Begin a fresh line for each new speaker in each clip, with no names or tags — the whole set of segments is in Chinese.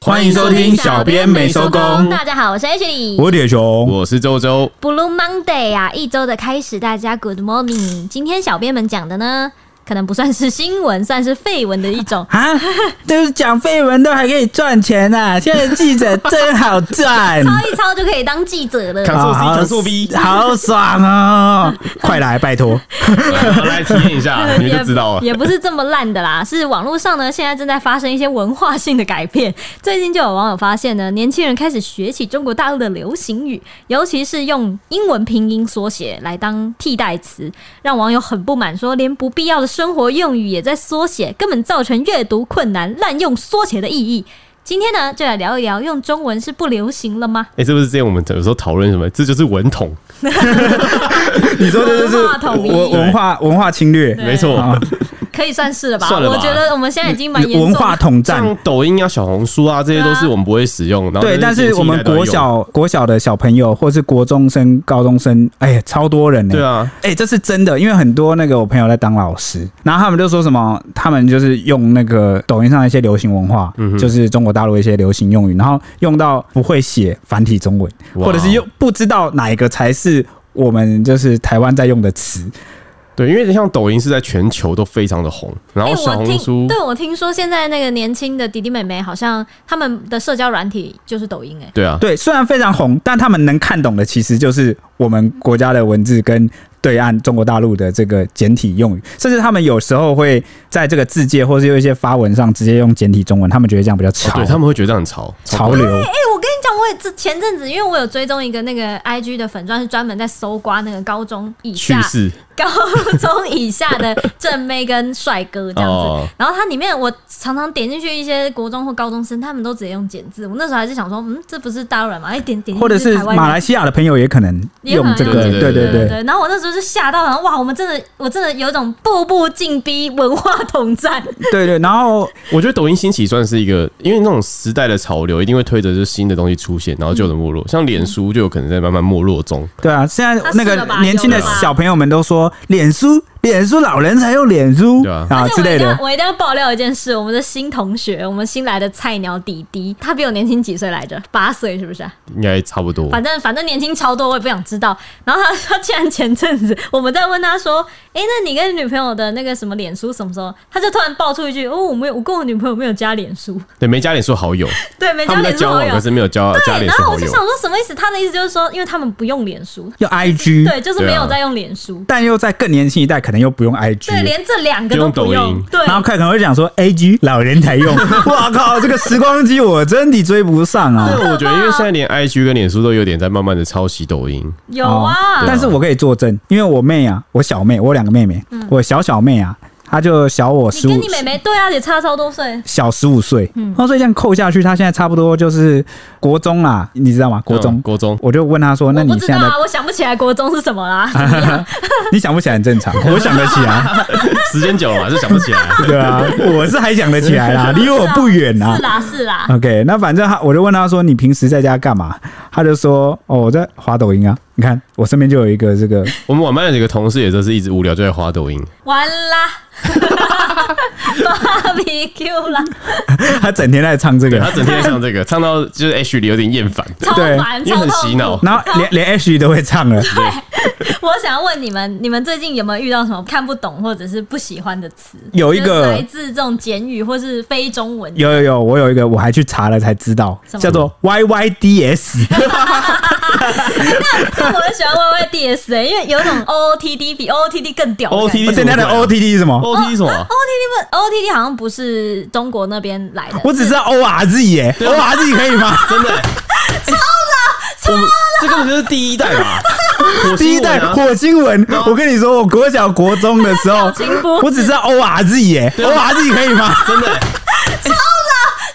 欢迎收听小编没收工
大家好，我是 H 李。
我铁熊，
我是周
。
周，
Blue Monday 啊，一周的开始，大家 Good morning。今天小编们讲的呢，可能不算是新闻，算是绯闻的一种
啊， 就是讲绯闻都还可以赚钱呐、啊！现在记者真好 赚，哦
抄一抄就可以当记者了。
看 Ctrl C，
好
Ctrl V
好爽 哦！快来，拜托！
来体验一 下，你们就知道了。
也不是这么烂的啦，是网络上呢，现在正在发生一些文化性的改变。 最近就有网友发现呢，年轻人开始学起中国大陆的流行语，尤其是用英文拼音缩写来当替代词，让网友很不满，说连不必要的生活用语也在缩写，根本造成阅读困难，滥用缩写的意义。今天呢，就来聊一聊用中文是不流行了吗？
哎、是不是之前我们有时候讨论什么？这就是文统，
你说这就
文化
是
统一
文文化文化侵略，
对
没错。
啊
可以算是了吧？
算了吧
我觉得我们现在已经蛮严重
文
的
化统战
像。抖音啊、小红书啊，这些都是我们不会使用。然后
对，但
年
是
轻
我
一代
们
都在
国
用，
小国小的小朋友，或是国中生、高中生，哎呀，超多人呢、
对啊，
哎、这是真的，因为很多那个我朋友在当老师，然后他们就说什么，他们就是用那个抖音上的一些流行文化，
嗯哼
就是中国大陆一些流行用语，然后用到不会写繁体中文，
哇哦
或者是用不知道哪一个才是我们就是台湾在用的词。
对，因为像抖音是在全球都非常的红，然
哎，
后
我
小红
听，
书，
对我听说现在那个年轻的弟弟妹妹，好像他们的社交软体就是抖音哎、
对啊，
对，虽然非常红，但他们能看懂的其实就是我们国家的文字跟对岸中国大陆的这个简体用语，甚至他们有时候会在这个字界或是有一些发文上直接用简体中文，他们觉得这样比较
哦
潮。
对，他们会哦觉得很潮，
潮流，
哎、我跟你讲，我也这前阵子，因为我有追踪一个那个 IG 的粉钻，是专门在搜刮那个高中以
趣
下、
事，
高中以下的正妹跟帅哥这样子。
哦
然后它里面我常常点进去一些国中或高中生，他们都直接用简字。我那时候还是想说，嗯，这不是大陆人吗？哎，点点进去
或者是
台湾人
马来西亚的朋友也可能
也
用
很
这个，
用这个
对
对
对对。
对，然后我那时候就吓到，然后哇，我们真的，我真的有一种步步进逼文化统战，
对对，然后
我觉得抖音兴起算是一个，因为那种时代的潮流一定会推着就是新的东西出现，然后旧的没
嗯
落。像脸书就有可能在慢慢没落中，
对啊，现在
他试
那
了
个
吧
年轻的
有了吧
小朋友们都说脸书，脸书老人才用脸书
对啊
啊
而且我一
之类
定要
的，
我一定要爆料一件事，我们的新同学，我们新来的菜鸟弟弟，他比我年轻几岁来着？八岁是不是啊、
应该差不多。
反正反正年轻超多，我也不想知道。然后他他竟然前阵子我们在问他说：“哎、那你跟女朋友的那个什么脸书什么时候？”他就突然爆出一句：“哦，我没有，我跟我女朋友没有加脸书，
对，没加脸书好友，
对， 没
他
加
们在
脸书
交
好
往，
友。
可”是没有加加
对，
脸
然
书
后我
好
就
友
想。说什么意思？他的意思就是说，因为他们不用脸书，
用 IG，
对，就是没有在用脸书，
但又在更年轻一代可能又不用 IG，
对，连这两个都不
就用抖
用
音，
对，
然后可能会讲说 A G 老人 才用，哇靠，这个时光机我真的追不上啊！
但我觉得，因为现在连 IG 跟脸书都有点在慢慢的抄袭抖音，
有啊
哦，但是我可以作证，因为我妹啊，我小妹，我有两个妹妹，我小小妹啊，她就小我
嗯你
十
跟
五
你，妹妹对啊，也差超多岁，
小十五岁，
嗯
然后所以这样扣下去，她现在差不多就是国中啦，你知道吗？ 国中
嗯，国中，
我就问她说，那
我
你
不知
现在
道
在
啊，我想不起来国中是什么啦。
你想不起来很 正常，我想得起来，
时间久了嘛，就想不起来。
对啊，我是还想得起来啦，离 我不远啊
是。啦是啦，
OK，那反正他，我就问他说：“你平时在家干嘛？”他就说：“哦，我在滑抖音啊。”你看，我身边就有一个这个，
我们晚班有几个同事也都是一直无聊就在滑抖音，
完啦 ，BBQ 啦，
他整天在唱这
对他
个，
整天在唱这个，唱到就是 H 里有点厌烦，
超
对
烦，
因为
超
很
痛
洗脑
苦。
然后连连 H 都会 唱了。
我想要问你们，你们最近有没有遇到什么看不懂或者是不喜欢的词？
有一个
就是来自这种简语或是非中文，
有有有，我有一个，我还去查了才知道，
什么
叫做 YYDS。
但 我很喜欢 YYDS，、欸、因为有一 种 OOTD 比 OOTD 更屌的感觉。
OOTD
现在的 OTT 哦是什么？啊
OT 是什
哦
么？
OOTD 不 OOTD 好像不是中国那边来的，
我只知道 ORZ 耶，ORZ
啊
可以 吗？
真的，超了，这根本就是第一代 吧？火
第
星
一代
文啊
火星文，我跟你说，我国小国中的时 候
情
啊
不，
我只知道 ORZ 耶，ORZ 可以吗？
真的，超了，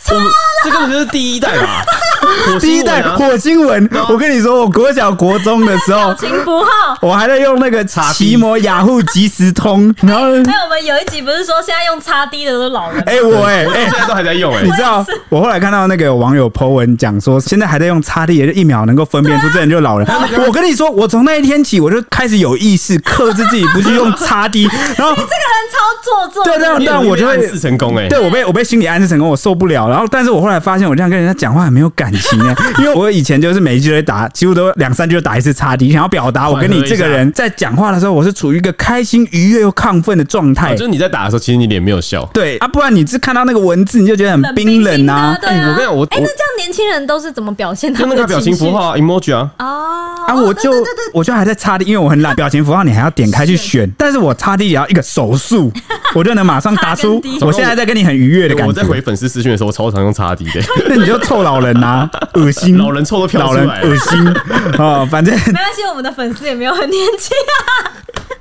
超了，这根本就是第一代吧？火
第一
星
代
文啊
火星文，我跟你说，我国小国中的时 候
表，情符号。
我还在用那个奇摩雅虎即时 通，然后
哎，我们有一集不是说现在用叉 D 的都是老人吗？
哎、我哎、哎、
现在都还在用哎、
你知道，我后来看到那个有网友 po 文讲说，现在还在用擦力，也就一秒能够分辨出这人就是 老人。我跟你说，我从那一天起，我就开始有意识克制自己不去用擦滴，然后
这个人超做作的，
对啊对，但我就会
四成功哎、
对我被我被心理暗示成功，我受不了。然后，但是我后来发现，我这样跟人家讲话很没有感情哎，因为我以前就是每一句都会打，几乎都两三句就打一次擦滴，想要表达我跟你这个人在讲话的时候，我是处于一个开心、愉悦又亢奋的状态
哦就。是你在打的时候，其实你脸没有笑。
对啊，不然你只看到那个文字，你就觉得很
冷冰
冰冷啊
的。对啊，
哎我跟你讲我
哎，那这样年轻人都是怎么表现他
就那
们
个
的
表情符号啊 emoji 啊，
哦
啊，
哦
我就
对对对
我就还在擦地，因为我很懒，表情符号你还要点开去选，但是我擦地也要一个手速，我就能马上打出
擦跟滴
我现在在跟你很愉悦的感
我在回
觉。
粉丝私讯的时候，我超常用叉 D 的，
那你就臭老人呐、恶心！
老人臭都飘
老
出
人
来了。
恶心哦，反正
没关系，我们的粉丝也没有很年轻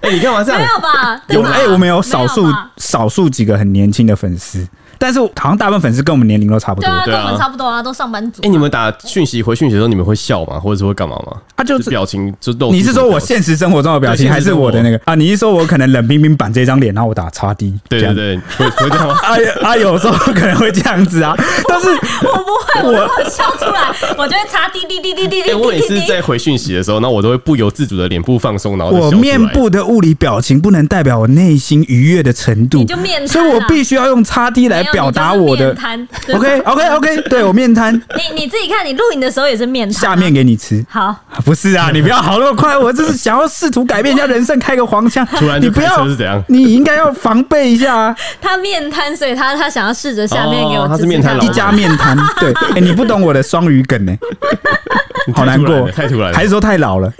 哎，你干 嘛这
啊，没有
样？
吧？对
有
吧
哎、我们有少数
没有吧
少数几个很年轻的粉丝，但是好像大部分粉丝跟我们年龄都差不
对
多
啊，
对
跟
啊
我们差不多啊，都上班族
哎，。你们打讯息回讯息的时候，你们会笑吗？或者是会干嘛吗？
啊，就
就是
是
表情就露出什么表情。
你是说我现实生活中的表情，
对
还
现实
是
生活
我的那个啊？你是说我可能冷冰冰板这张脸，然后我打擦地？
对
这样
对对，会会这样吗？
啊有 啊，有时候可能会这 样子啊，但是
我不会，我
我
如果笑出来，我就会擦滴滴滴滴滴滴
哎，我每
滴
次
滴
在
滴。
回讯息的时候，那我都会不由自主的脸部放松，然后就
我
笑出来
面部的物理表情不能代表我内心愉悦的程度，
你就面瘫啊
所以我必须要用叉 D 来表达我的。
没有你就是面瘫
OK OK OK，对我面瘫，
你你自己看，你录影的时候也是面瘫啊。
下面给你吃。
好，
啊 不 是啊，你不要好那么快，我这是想要试图改变一下人生，开个黄腔。
突然
你
就
不
开
要
车是怎样？
你应该要防备一下 啊！
他面瘫，所以他他想要试着下面给
哦
我吃吃看。
他是面瘫老
一
人
家面 瘫，对，哎、你不懂我的双语梗呢、
你太
好难
突然
过
了，太突然了。
还是说太老了？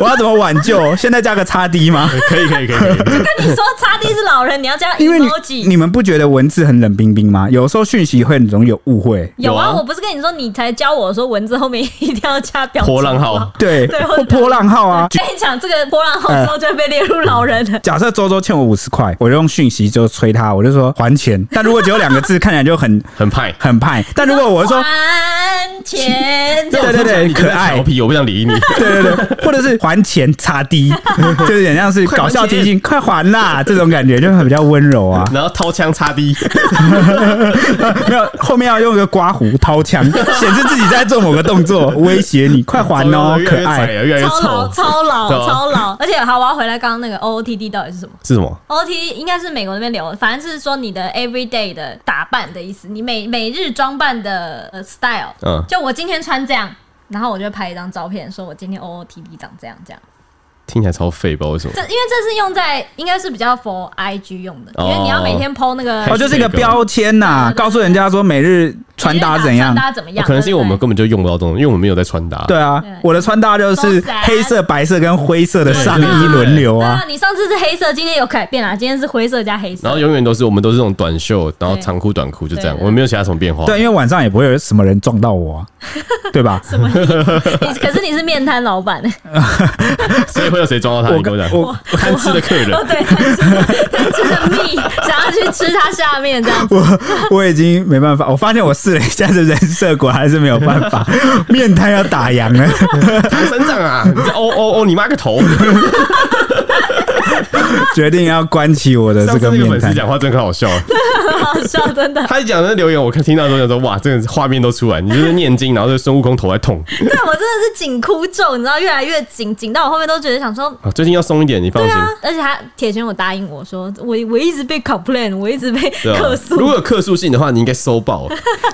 我要怎么挽救？现在加个叉 D 吗？
可以可以可以可以，
你说擦 D 是老人，你要加
因为
emoji。
你你们不觉得文字很冷冰冰吗？有时候讯息会很容易有误会，
有
有
啊，
啊
我不是跟你说，你才教我说文字后面一定要加表情
波 浪号
吗。
对，
对
或
或者
波浪号啊。
跟你讲，这个波浪号之后就会被列入老人了。
假设周周欠我五十块，我就用讯息就催他，我就说还钱。但如果只有两个字， 看起来就很
很派。
很派。但 如果我是说
还钱，
对对对，可爱
调，皮，我不想理你。
对对对，或者是还钱擦低，就是很像是
快还
搞笑提
钱
醒，快还啦，这种感觉就会比较温柔啊。
然后掏枪插逼，
没有，后面要用一个刮胡掏枪，显示自己在做某个动作，威胁你，快还 哦，
越来
可
越窄
爱。
了，越来越
超老
丑，
超老
对啊
超老。而且好，我要回来刚刚那个 OOTD 到底是什么
是什么？
？OOTD 应该是美国那边留的，反正是说你的 everyday 的打扮的意思，你每每日装扮的呃 style。
嗯
就我今天穿这样。然后我就拍一张照片，说我今天 OOTD 长这样这样。
听起来超废，不知道为什么
这。因为这是用在应该是比较 for IG 用的，因为你要每天 PO 那个
哦，就是一个标签呐、
对对对
告诉人家说每日穿搭怎样
穿。搭怎么样？
哦可能是因为我们
对
根本就用不到这种，因为我们没有在穿搭。
对啊
对，
我的穿搭就是
松散
黑色、白色跟灰色的上衣轮流
不对对
啊
啊，。你上次是黑色，今天有改变啊啦，今天是灰色加黑色。
然后永远都是我们都是这种短袖，然后长裤、短裤就这样，
对
我们没有其他什么变化。
对，因为晚上也不会有什么人撞到我、啊，对吧？
你可是你是面摊老 板，
所以会有谁撞到他？
我
你跟我讲，
我
贪吃的客人
哦对， 贪吃贪吃的蜜想要去吃它下面这样子，
我 我已经没办法，我发现我试了一下这人设，果然还是没有办 法，面瘫要打烊了。
唐省长啊，你这哦哦哦，你妈个头！
决定要关起我的这
上次
个
那个
面
粉丝
瘫。
讲话真的很好笑，
很好笑，真的。
他一讲那留言，我看听到的时候想说，哇，真的是画面都出来，你就是念经，然后就孙悟空头在痛
对我真的是紧箍咒，你知道，越来越紧，紧到我后面都觉得想说。
啊。最近要松一点，你放
对
心。
啊，而且他铁拳有答应我说，我我一直被 complain，我一直被
对啊
客诉。
如果有客诉性的话，你应该收
啊
爆。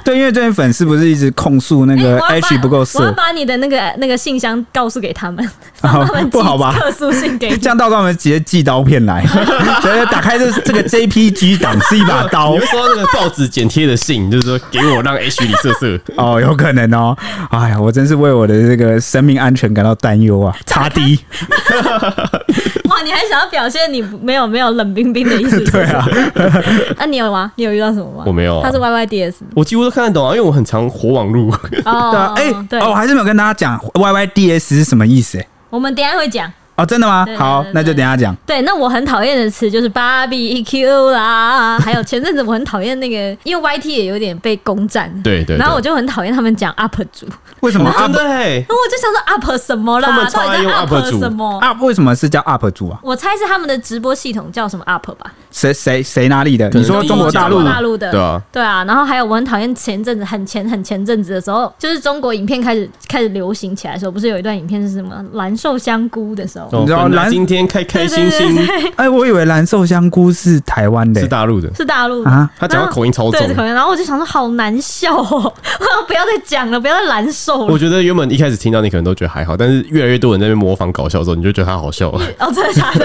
对，因为最近粉丝不是一直控诉那
哎
个
我要把
H 不够
我要
色，
把你的那个那个信箱告诉给他们，
哦
让他们寄
不好吧
客诉信给你
这。样到时候我们直接寄刀 片来，直接打开这这个 JPG 档是一把刀
啊 你会收到那个报纸剪贴的信，就是说给我让 H 里瑟瑟。
哦，有可能哦。哎呀，我真是为我的这个生命安全感到担忧啊！擦低，
哇，你还想要表现你没有没有冷冰冰的 意思？对啊，那你有吗？你有遇到什么吗？
我没有啊
他是 Y Y D S
我几乎都看得懂啊，因为我很常火网路。
哦
对啊，哎、
对，
哦，我还是没有跟大家讲 YYDS 是什么意思、哎
我们等一下会讲。
哦，真的吗
对？对
好
对，
那就
对
等一下讲。
对，那我很讨厌的词就是 barbecue 啦，还有前阵子我很讨厌那个，因为 YT 也有点被攻占，
对对对
然后我就很讨厌他们讲 UP 主，
为什么啊
哦真
UP
的哎，
那我就想说 UP 什么啦，
他们超
到
爱
底
用
在
UP 主
什么？
UP 为什么是叫 UP 主啊？
我猜是他们的直播系统叫什么 UP 吧？
谁谁谁哪里的？
可能
你说
是
中国大
中
陆
国？大陆的，
对啊，
对啊。然后还有我很讨厌前阵子很前很前阵子的时候，就是中国影片开始开始流行起来的时候，不是有一段影片是什么蓝瘦香菇的时候，
你知道
本来
哦蓝
今天开开
对
心心
对对对
哎，我以为蓝瘦香菇是台湾的
是大陆的，
是大陆的
啊。
他讲话口音超重
对，。可能。然后我就想说，好难笑哦， 不要再讲了，不要再难受
我
了。
觉得原本一开始听到你可能都觉得还好，但是越来越多人在那边模仿搞笑的时候，你就觉得他好 笑了。
哦，真的假的？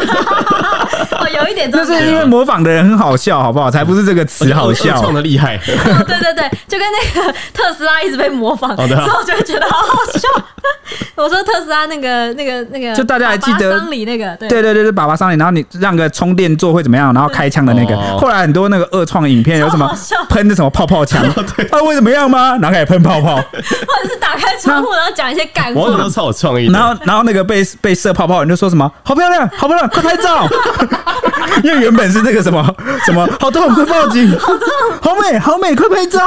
哦，有一点这种
那是
感觉。
因为模仿的人很好笑，好不好？才不是这个词好笑。
唱的厉 害。
哦对对对，就跟那个特斯拉一直被模仿，
哦
之
对啊
后就会觉得好好笑。我说特斯拉那个那个那个，
就大家还记
爸
得
爸桑里那个，对
对对对，就是爸爸桑你，然后你让个充电座会怎么样，然后开枪的那个。
哦
后来很多那个恶创影片有什么
超好笑
喷的什么泡泡枪，啊会怎么样吗？然后开始喷泡泡，
或者是打开窗户然后讲一些感
网友
话
都。超有创意的，
然 后然后那个被被射泡泡的人就说什么好漂亮，好漂亮，快拍照。 因为原本是那个什么什么好痛，快报警，好痛，好美，好美，快拍照。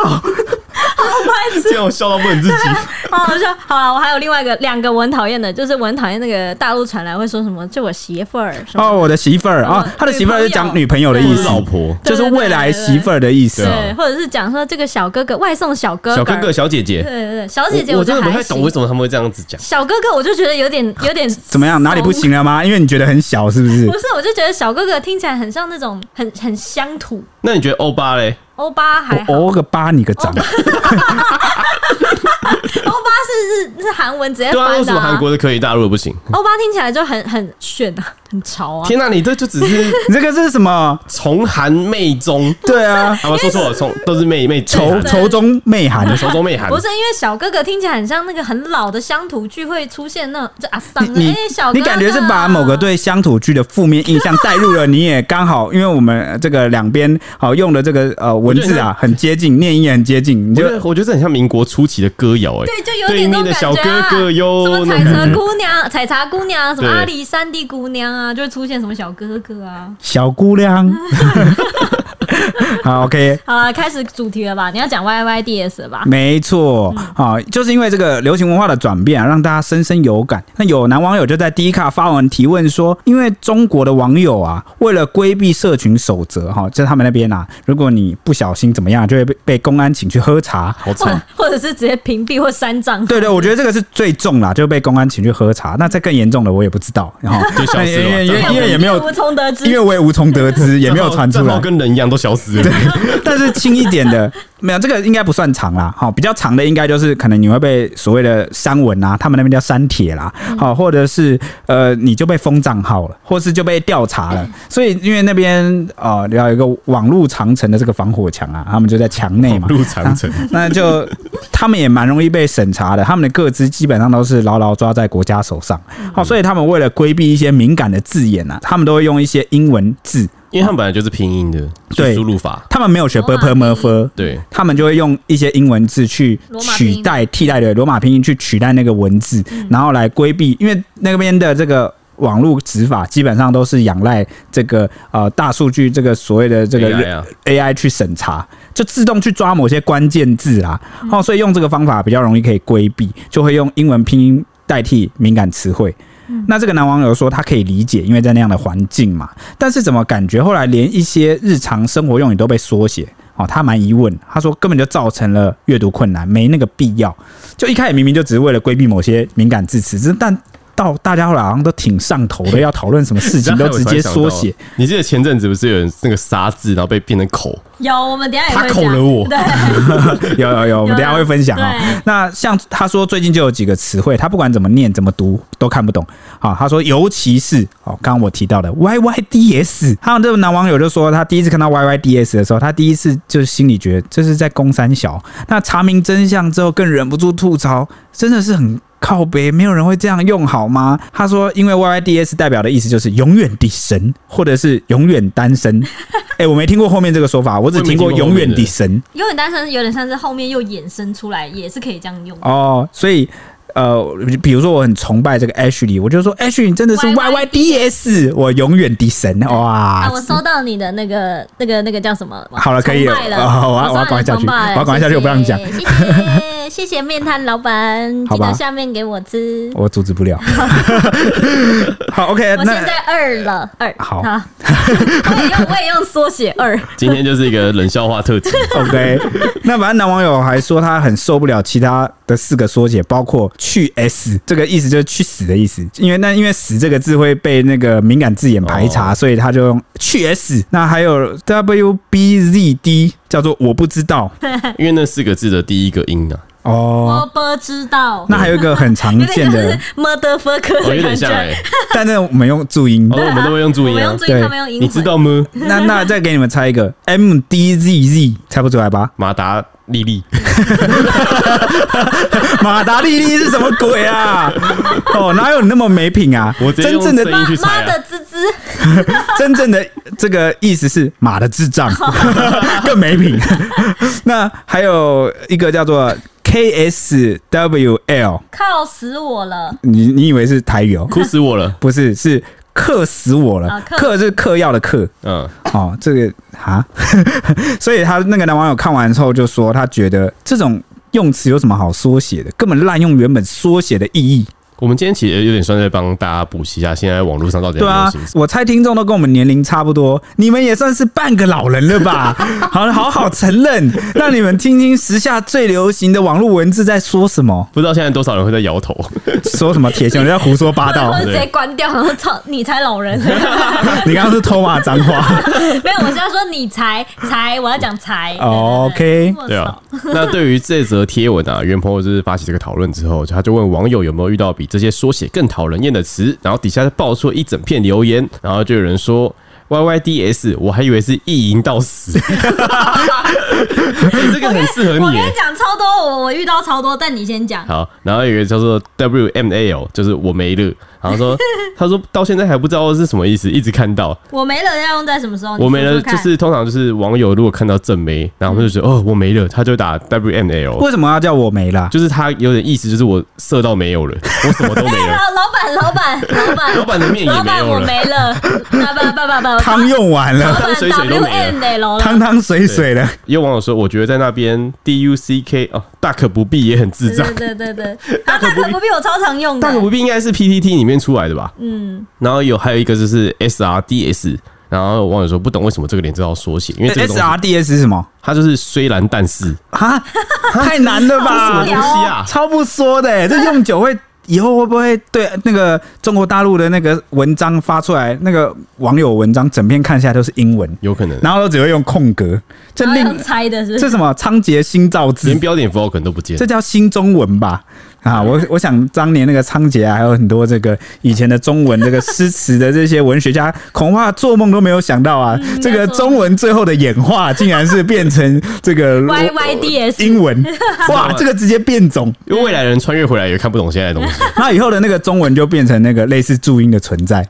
这样我笑到不能自 己。
好好笑。哦好了，我还有另外一个两个我很讨厌的，就是我很讨厌那个大陆传来会说什么“就我媳妇儿”什么。
哦，我的媳妇儿啊
嗯，
他的媳妇儿是讲女
女
朋
朋
友
友
的
不
意
是
思，
老婆，
对
就是未来媳妇儿的意思。
对，或者是讲说这个小哥哥外送小哥
小哥哥、小姐
对
姐，
对对，小姐姐
我我
觉
真
得
的不
还
太
行。
懂为什么他们会这样子讲。
小哥哥我就觉得有点有点
怎么样？哪里不行了吗？因为你觉得很小，是不是
怂？？不是，我就觉得小哥哥听起来很像那种很很乡土
那你觉得欧巴 嘞？
欧巴还好，哦
我
欧
偶个巴你个掌！
巴是日是韩文直接
对啊，为
翻
什
的、
么韩国的可以，大陆的不行？
欧巴听起来就很很炫啊，很潮啊。
天哪，你这就只是
你这个是什么？
从韩媚 中，
对 啊，
好吧，说错了，从都是媚媚
仇
媚韩
仇中媚寒。
哎
仇中媚韩
不。是因为小哥哥听起来很像那个很老的乡土剧会出现那种，就阿桑的，
你
哎、小哥哥
你感觉是把某个对乡土剧的负面印象带入了，你也刚好，因为我们这个两边好用的这个呃文字啊很接近，念音也很接近，你
我觉
就
得我觉得这很像民国初期的歌谣哎，
对，就有点那
对你的
种感觉、
小
啊。
哥哥哟，
什么
那
采
种感
茶
觉
姑娘、采茶姑娘，什么
对
阿里山地姑娘啊，就会出现什么小哥哥啊。
小姑娘。 好，OK，
好了，开始主题了吧？你要讲 Y Y D S 了吧？
没错，啊、就是因为这个流行文化的转变、啊，让大家深深有感。那有男网友就在第一卡发文提问说，因为中国的网友啊，为了规避社群守则，哈、在他们那边啊，如果你不小心怎么样，就会被被公安请去喝茶。
好
或
惨。
或者是直接屏蔽或删账。
对对，我觉得这个是最重啦，就被公安请去喝茶。那再更严重的，我也不知道， 然后
就消 失了
哎因
这
为因为
样
因为也没有
无，从得知
因。为我也无从得知，也没有传出
账
来
号。跟人一样都消失了。
但是轻一点的，没有这个应该不算长啦。好、比较长的应该就是可能你会被所谓的删文啊，他们那边叫删帖啦，好、或者是呃你就被封账号了，或是就被调查了。所以因为那边呃要有一个网路长城的这个防火墙啊，他们就在墙内啊嘛，
入长城，
那就他们也蛮容易被审查的，他们的个资基本上都是牢牢抓在国家手上。好、所以他们为了规避一些敏感的字眼啊，他们都会用一些英文字，
因为他们本来就是拼音的，
对
是输入法。
他们没有学 b u r p l e m u r p h
对，
他们就会用一些英文字去
罗马拼音嗯
取代替代的罗马拼音去取代那个文字，然后来规避，因为那边的这个。网络执法基本上都是仰赖这个呃大数据这个所谓的这个
AI 啊
AI 去审查，就自动去抓某些关键字啦。哦，所以用这个方法比较容易可以规避，就会用英文拼音代替敏感词汇。那这个男网友说他可以理解，因为在那样的环境嘛。但是怎么感觉后来连一些日常生活用语都被缩写？哦，他蛮疑问，他说根本就造成了阅读困难，没那个必要。就一开始明明就只是为了规避某些敏感字词，只但到大家后来好像都挺上头的，要讨论什么事情都直接缩写。。
你记得前阵子不是有人那个杀字，然后被变成口？
有，我们等一下也会
他口
讲
了我
对，
有有有，我们等一下会分享啊、
对
那像他说最近就有几个词汇，他不管怎么念怎么读都看不懂。好、他说尤其是哦，刚刚我提到的 YYDS，还有这个男网友就说他第一次看到 YYDS 的时候，他第一次就是心里觉得这是在攻三小。那查明真相之后，更忍不住吐槽，真的是很。靠北，没有人会这样用好吗？他说，因为 YYDS 代表的意思就是永远的神，或者是永远单 身。哎、我没听过后面这个说法，我只
我也没
听过
听过后
永
面
远
的
的神。
有点单身，有点像是后面又衍生出来，也是可以这样用。
哦，所以呃，比如说我很崇拜这个 Ashley，我就说 Ashley 你真的是 YYDS，我永远的神哇
啊，！我收到你的那个、那个、那个叫什么？
好了可以了
崇拜了，
哦好我要
收到
我要赶快
你的
下去
崇拜
我要赶快下去我不让你讲
谢谢谢谢面摊老板，
好
记
吧
得下面给我吃。
我阻止 不了。好，OK，
我
那
现在二了，二
好
我也用我也用缩写二，
今天就是一个冷笑话特辑，
OK，那反正男网友还说他很受不了其他的四个缩写，包括去 S 这个意思就是去死的意思，因为那因为死这个字会被那个敏感字眼排
哦
查，所以他就用去 S。那还有 W B Z D 叫做我不知道
因为那四个字的第一个音啊呢、
我
哦。
不知道。
那还有一个很 常
有点
见
像
的
是，motherfucker
哦，有
的
点
感
像哎、
觉。
但那我们用注音
哦，。我们都会用注
我
音啊
用，注音，
对
他们用英文。
你知道吗？
那那再给你们猜一个 M D Z Z，猜不出来吧？
马达丽丽，
马达丽丽是什么鬼啊？哦，哪有你那么没品啊？
我直接
真
用
正的
声音去
妈
猜啊
的，滋滋，
真正的这个意思是马的 智障，更没品。 那还有一个叫做 KSWL，
靠死我了！
你你以为是台语哦？
哭死我了。
不是，是克死我了
啊。克
克是嗑药的克
嗯，
哦，这个啊， 所以他那个男网友看完之后就说，他觉得这种用词有什么好缩写的，根本滥用原本缩写的意义。
我们今天其实有点算在帮大家补习一下，现在网络上到底有没
对
有
啊
流行什，
我猜听众都跟我们年龄差不多，你们也算是半个老人了 吧？好，好好承认，让你们听听时下最流行的网络文字在说什么
么，，不知道现在多少人会在摇头。
说什么铁熊人在胡说八道
我。直接
对
关掉，然后操，你才老 人。
你刚刚是偷骂脏 话。
没有，我是要说你才才，我要讲才。
哦
对
OK，
对对
对啊，那对于这则贴文啊，袁鹏就是发起这个讨论之后，他就问网友有没有遇到比这些缩写更讨人厌的词，然后底下就爆出一整片留言，然后就有人说。Y Y D S，我还以为是意淫到死，哎欸这个很适合
我
你
跟
耶
你。讲超多，我我遇到超多，但你先 讲。
好，然后有一个叫做 W M A L，就是我没了。然后说， 他说到现在还不知道是什么意思，一直看到
我没了要用在什么时候？你
我没
说
了，
说看
就是通常就是网友如果看到正妹，然后他们就觉得哦我没了，他就打 W M A L。
为什么要叫我没啦？
就是他有点意思，就是我射到没有了，我什么都没
哎
了，
老老板，老板，老板，
老板的面也
老
没
板，
有
我
了，
没了， 爸爸爸爸爸爸，
汤用完
老
了，
板
汤水水都
W
没了
M 的喽，
汤汤水水了。
也有网友说，我觉得在那边 D U C K 哦，大可不必也很智障
对。对对对， 啊，大可不必我超常用的
大可，不必应该是 P T T 里面出来的吧？
嗯，
然后有还有一个就是 S R D S，然后网友说不懂为什么这个连字要缩写，因为这个东西
S R D S 是什么？
它就是虽然但是
啊，太难了
这是什么
吧
东？西啊？
超不说的、欸，这用久会以后会不会对那个中国大陆的那个文章发出来，那个网友文章整篇看下来都是英文，
有可能
然后都只会用空格，这
然后用
令
猜的是不
这
是？
什么仓颉新造
连
字，
标点符号可能都不见
这。叫新中文吧？啊，我我想当年那个仓颉啊，还有很多这个以前的中文这个诗词的这些文学家，恐怕做梦都没有想到啊，
嗯
这个中文最后的演化竟然是变成这个
Y Y D S
英文，哇，这个直接 变种。
因为未来人穿越回来也看不懂现在的东西
那以后的那个中文就变成那个类似注音的存在。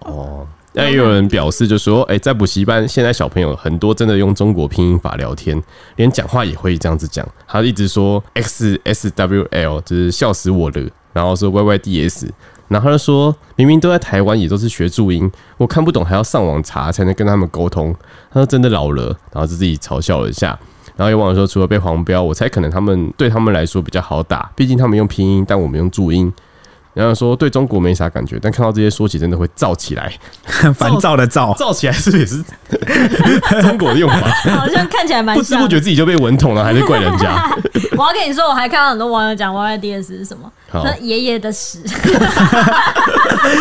哦。那也有人表示就说，哎、在补习班现在小朋友很多真的用中国拼音法聊天，连讲话也会这样子讲。他一直说 X S W L，就是笑死我了。然后说 Y Y D S，然后他就说明明都在台湾，也都是学注音，我看不懂还要上网查才能跟他们沟通。他说真的老了，然后就自己嘲笑了一下。然后有网友说，除了被黄标，我猜可能他们对他们来说比较好打，毕竟他们用拼音，但我们用注音。然后说对中国没啥感觉，但看到这些说起真的会燥起来，
很烦躁的 躁，
燥起来是不是也是中国的用法？
好像看起来蛮
不知
像
不
的。
觉自己就被文统了，还是怪人家？
我要跟你说，我还看到很多网友讲 Y Y D S 是什么，
好
说爷爷的屎，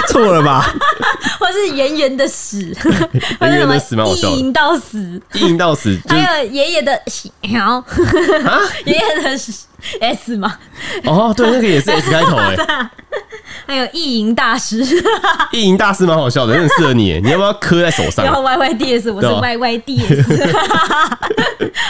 错了吧？
或是圆圆 的屎，或
圆
者
圆的
什
屎
么
蛮好笑的
意淫到死，
意淫到死，就是 啊
还有爷爷的屎，然后 爷爷的屎 S 嘛，
哦，对，那个也是 S 开头哎、
还有意淫大师，
意淫大师蛮好笑的，很适合你欸，你要不要磕在手
然后
上？
Y Y D S，我是
对啊
Y Y D S。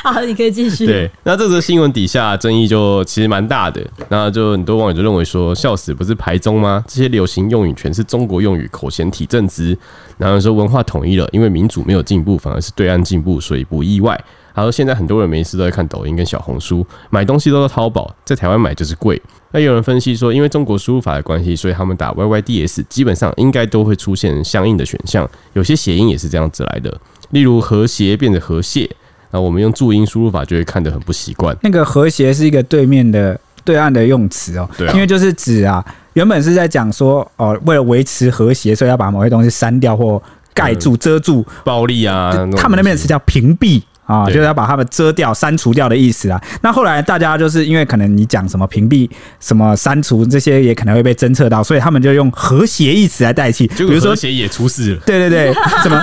好，你可以继续。
对，那这则新闻底下争议就其实蛮大的，那就很多网友就认为说，笑死，不是排中吗？这些流行用语全是中国用语，口嫌体正直。然后说文化统一了，因为民主没有进步，反而是对岸进步，所以不意外。他说现在很多人没事都在看抖音跟小红书，买东西都在淘宝，在台湾买就是贵。那有人分析说，因为中国输入法的关系，所以他们打 YYDS 基本上应该都会出现相应的选项，有些谐音也是这样子来的，例如和谐变成和谐。那我们用注音输入法就会看得很不习惯。
那个和谐是一个对面的对岸的用词哦，
对啊
因为就是指啊，原本是在讲说哦，为了维持和谐，所以要把某些东西删掉或盖住、遮住，
暴力嗯啊，
就
种
他们那边的词叫屏蔽。啊，
对
就是要把他们遮掉、删除掉的意思啊。那后来大家就是因为可能你讲什么屏蔽、什么删除这些，也可能会被侦测到，所以他们就用和谐一词来代替。比
结果
如说
和，谐也出事了。
对 对对，怎么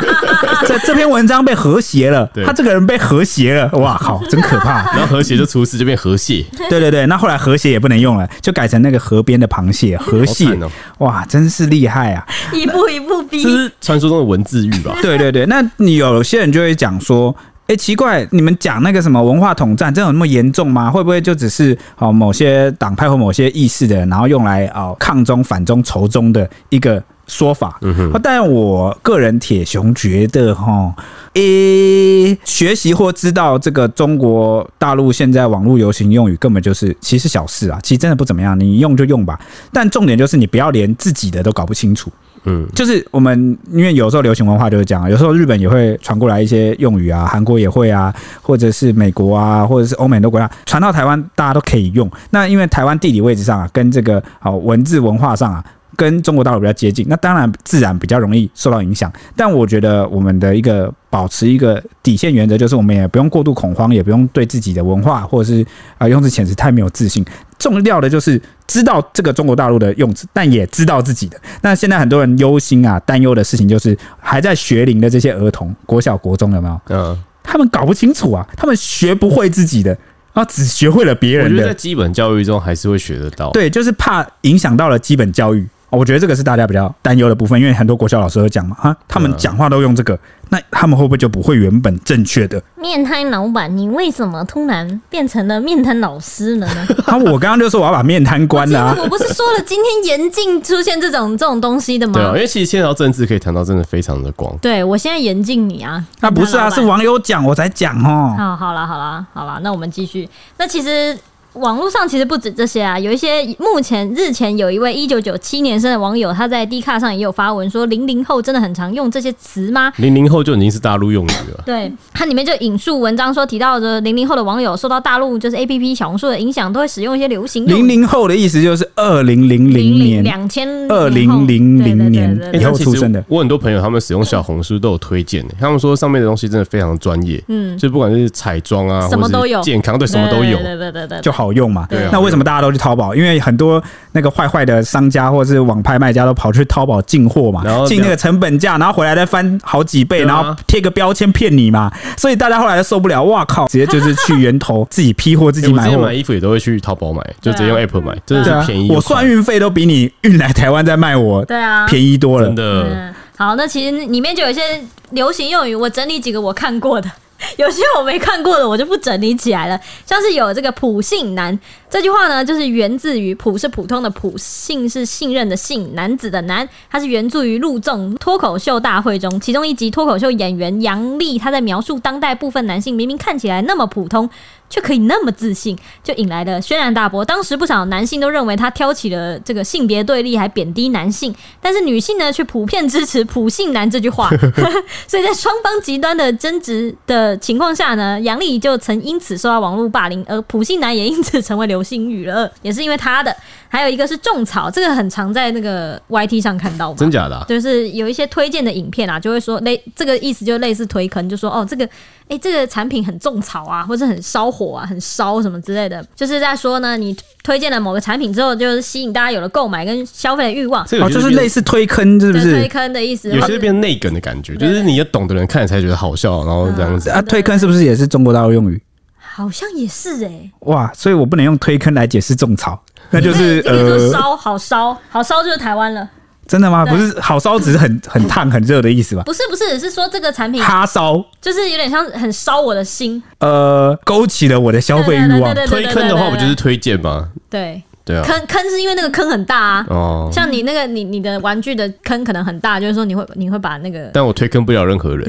这这篇文章被和谐了
对？
他这个人被和谐了，哇靠，真可怕。
然后和谐就出事，就变和 谐，
对对对，那后来河蟹也不能用了，就改成那个河边的螃蟹，河蟹
好惨哦，
哇，真是厉害啊！
一步一步逼
这。是传说中的文字狱 吧？
对对对，那你有些人就会讲说。哎，奇怪，你们讲那个什么文化统战，这有那么严重吗？会不会就只是哦某些党派或某些意识的人，然后用来哦抗中、反中、仇中的一个说法？嗯哼。但我个人铁熊觉得哈、诶、学习或知道这个中国大陆现在网络流行用语，根本就是其实小事啊，其实真的不怎么样，你用就用吧。但重点就是你不要连自己的都搞不清楚。
嗯，
就是我们因为有时候流行文化就是这样，有时候日本也会传过来一些用语啊，韩国也会啊，或者是美国啊，或者是欧美很多国家传到台湾，大家都可以用。那因为台湾地理位置上啊，跟这个哦文字文化上啊。跟中国大陆比较接近，那当然自然比较容易受到影响。但我觉得我们的一个保持一个底线原则，就是我们也不用过度恐慌，也不用对自己的文化或者是啊、呃用字遣词太没有自信。重要的就是知道这个中国大陆的用词，但也知道自己的。那现在很多人忧心啊、担忧的事情，就是还在学龄的这些儿童，国小、国中有没有？
嗯，
他们搞不清楚啊，他们学不会自己的，然后只学会了别
我
人
觉得在
的。
基本教育中还是会学得到。，
对，就是怕影响到了基本教育。哦我觉得这个是大家比较担忧的部分，因为很多国小老师都讲嘛，哈，他们
嗯
讲话都用这个，那他们会不会就不会原本正确的？
面瘫老板，你为什么突然变成了面瘫老师了 呢？
啊，我刚刚就说我要把面瘫关了、啊
我，不是说了今天严禁出现这种这种东西的吗？
对啊，因为其实牵扯到政治可以谈到真的非常的广。
对我现在严禁你啊！
啊，不是啊，
面瘫老
是
板
网友讲我才讲哦。
哦，好啦，好啦，好啦，那我们继续。那其实网络上其实不止这些啊，有一些目前日前有一位一九九七年生的网友，他在 D 卡上也有发文说，零零后真的很常用这些词吗？
零零后就已经是大陆用语了，
对，它里面就引述文章说，提到的零零后的网友受到大陆就是 A P P 小红书的影响，都会使用一些流行用
零零后的意思就是二零零零年，
两千
2000年
欸
以后
那其实
出生的嗯
我很多朋友他们使用小红书都有推荐、欸，他们说上面的东西真的非常专业，
嗯，
就不管是彩妆啊，
什么都有
或者是健康对什么都有。
对对对对
就好用嘛
对啊。
那为什么大家都去淘宝？因为很多那个坏坏的商家或是网拍卖家都跑去淘宝进货嘛
然后，啊
进那个成本价，然后回来再翻好几倍，
对啊
然后贴个标签骗你嘛。所以大家后来都受不了，哇靠，直接就是去源头自己批货自
欸我
己
之
买
前
货
买。衣服也都会去淘宝买，就直接用
对啊
app 买，真
对
的
啊
是便宜，又
我
快
算运费都比你运来台湾再卖我
对啊，
便宜多了
真。的。
嗯，好，那其实里面就有一些流行用语，我整理几个我看过的。 有些我没看过的，我就不整理起来了。像是有这个“普信男”这句话呢，就是源自于“普”是普通的“普”，“信”是信任的“信”，男子的“男”，它是源自于陆纵脱口秀大会中，其中一集脱口秀演员杨笠他在描述当代部分男性明明看起来那么普通，却可以那么自信，就引来了轩然大波。当时不少男性都认为他挑起了这个性别对立，还贬低男性，但是女性呢却普遍支持“普信男”这句话。 所以在双方极端的争执的情况下呢，杨丽就曾因此受到网络霸凌，而普信男也因此成为流行语了，也是因为他的。还有一个是种草，这个很常在那个 YT 上看到吧？
真假的、啊？
就是有一些推荐的影片啊，就会说类这个意思就类似推坑，就说哦这个哎、这个产品很种草啊，或者很烧火啊，很烧什么之类的，就是在说呢你推荐了某个产品之后，就是吸引大家有了购买跟消费的欲望，
这
哦，
个
就是类
似，
似推坑，是不
对推
是？
坑的意思。
有
或
些
者
变内梗的感觉，就是你要懂的人看了才觉得好笑，然后这样子。
啊，推坑是不是也是中国大陆用语？
好像也是哎、
哇，所以我不能用推坑来解释种草，那就是
比如说
呃，
烧好烧好烧就是台湾了，
真的吗？
对
不是好烧，只是很很烫很热的意思吧？
不是不是是说这个产品
哈烧，
就是有点像很烧我的心，
呃，勾起了我的消费欲望。
嗯对对对对对
推
对
坑的话，
对
不就是推荐吗？
对
对啊，
坑坑是因为那个坑很大啊。
哦，
像你那个你你的玩具的坑可能很大，就是说你会你会把那个
但我推坑不了任何人。